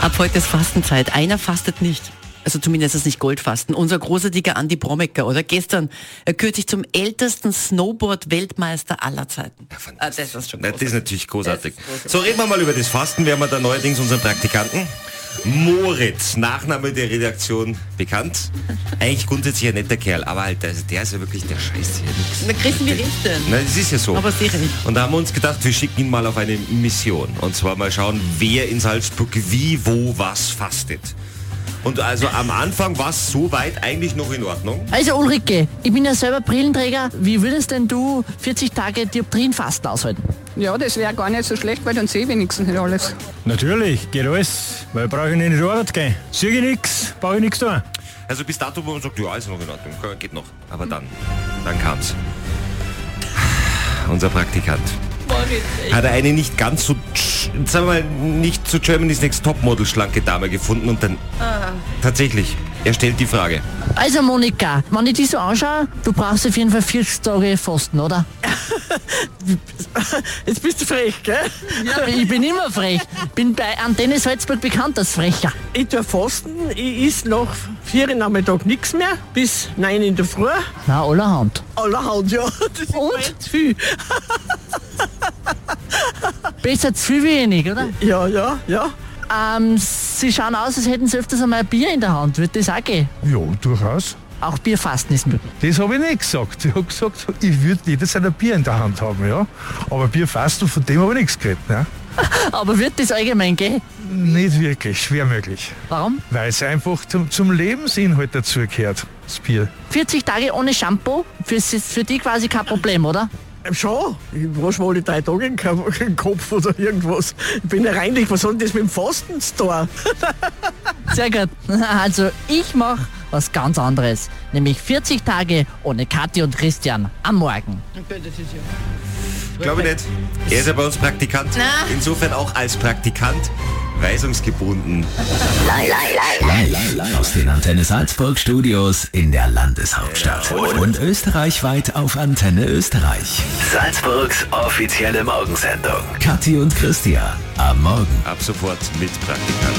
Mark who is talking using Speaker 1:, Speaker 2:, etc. Speaker 1: Ab heute ist Fastenzeit. Einer fastet nicht. Also zumindest ist nicht Goldfasten. Unser großer dicker Andi Bromecker, oder? Gestern er kürt sich zum ältesten Snowboard-Weltmeister aller Zeiten. Ah, das ist schon
Speaker 2: Na, das
Speaker 1: großartig.
Speaker 2: ist natürlich großartig.
Speaker 1: Das ist großartig.
Speaker 2: So, reden wir mal über das Fasten. Wir haben ja da neuerdings unseren Praktikanten. Moritz, Nachname der Redaktion bekannt. Eigentlich grundsätzlich ein netter Kerl, aber halt, also der ist ja wirklich der Scheiß hier.
Speaker 1: Na, Christen, wie riecht's denn?
Speaker 2: Na, das ist ja so.
Speaker 1: Aber sicher nicht.
Speaker 2: Und da haben wir uns gedacht, wir schicken ihn mal auf eine Mission. Und zwar mal schauen, wer in Salzburg wie, wo, was fastet. Und also am Anfang war es soweit eigentlich noch in Ordnung.
Speaker 3: Also Ulrike, ich bin ja selber Brillenträger. Wie würdest denn du 40 Tage Dioptrienfasten aushalten?
Speaker 4: Ja, das wäre gar nicht so schlecht, weil dann sehe ich wenigstens nicht alles.
Speaker 5: Natürlich, geht alles, weil brauche ich nicht in die Arbeit gehen. Sehe ich nichts, brauche ich nichts tun.
Speaker 2: Also bis dato, wo man sagt, ja, ist noch in Ordnung, geht noch. Aber dann, dann kam's. Unser Praktikant. Hat er eine nicht ganz so, tsch- sagen wir mal, nicht zu Germany's Next Topmodel schlanke Dame gefunden und dann, tatsächlich, er stellt die Frage.
Speaker 3: Also Monika, wenn ich dich so anschaue, du brauchst auf jeden Fall 40 Tage Fasten, oder?
Speaker 1: Jetzt bist du frech, gell?
Speaker 3: Ja, ich bin immer frech. Bin bei Antenne Salzburg bekannt als Frecher.
Speaker 6: Ich tue Fasten, ich esse nach vier Uhr Nachmittag nichts mehr, bis neun in der Früh.
Speaker 3: Na, allerhand.
Speaker 6: Allerhand, ja. Das ist
Speaker 3: Und?
Speaker 6: mir jetzt viel.
Speaker 3: Besser zu viel wie wenig, oder?
Speaker 6: Ja, ja, ja.
Speaker 3: Ähm, sie schauen aus, als hätten sie öfters einmal ein Bier in der Hand. Wird das auch gehen?
Speaker 7: Ja, durchaus.
Speaker 3: Auch Bierfasten ist möglich.
Speaker 7: Das habe ich nicht gesagt. Ich habe gesagt, ich würde jederzeit ein Bier in der Hand haben, ja. Aber Bierfasten, von dem habe ich nichts geredet, ne?
Speaker 3: Aber wird das allgemein gehen?
Speaker 7: Nicht wirklich, schwer möglich.
Speaker 3: Warum?
Speaker 7: Weil es einfach zum, zum Lebensinhalt dazugehört, das Bier.
Speaker 3: 40 Tage ohne Shampoo? Für, für die quasi kein Problem, oder?
Speaker 6: Ähm, Schon, ich wasche mal alle drei Tage keinen keinen Kopf oder irgendwas. Ich bin ja reinlich, was hat denn das mit dem Fasten zu tun?
Speaker 3: Sehr gut. Also ich mache was ganz anderes. Nämlich 40 Tage ohne Kathi und Christian am Morgen.
Speaker 2: Glaube nicht. Er ist ja bei uns Praktikant. Insofern auch als Praktikant weisungsgebunden.
Speaker 8: Live aus den Antenne Salzburg Studios in der Landeshauptstadt und österreichweit auf Antenne Österreich. Salzburgs offizielle Morgensendung. Kathi und Christian am Morgen.
Speaker 2: Ab sofort mit Praktikant.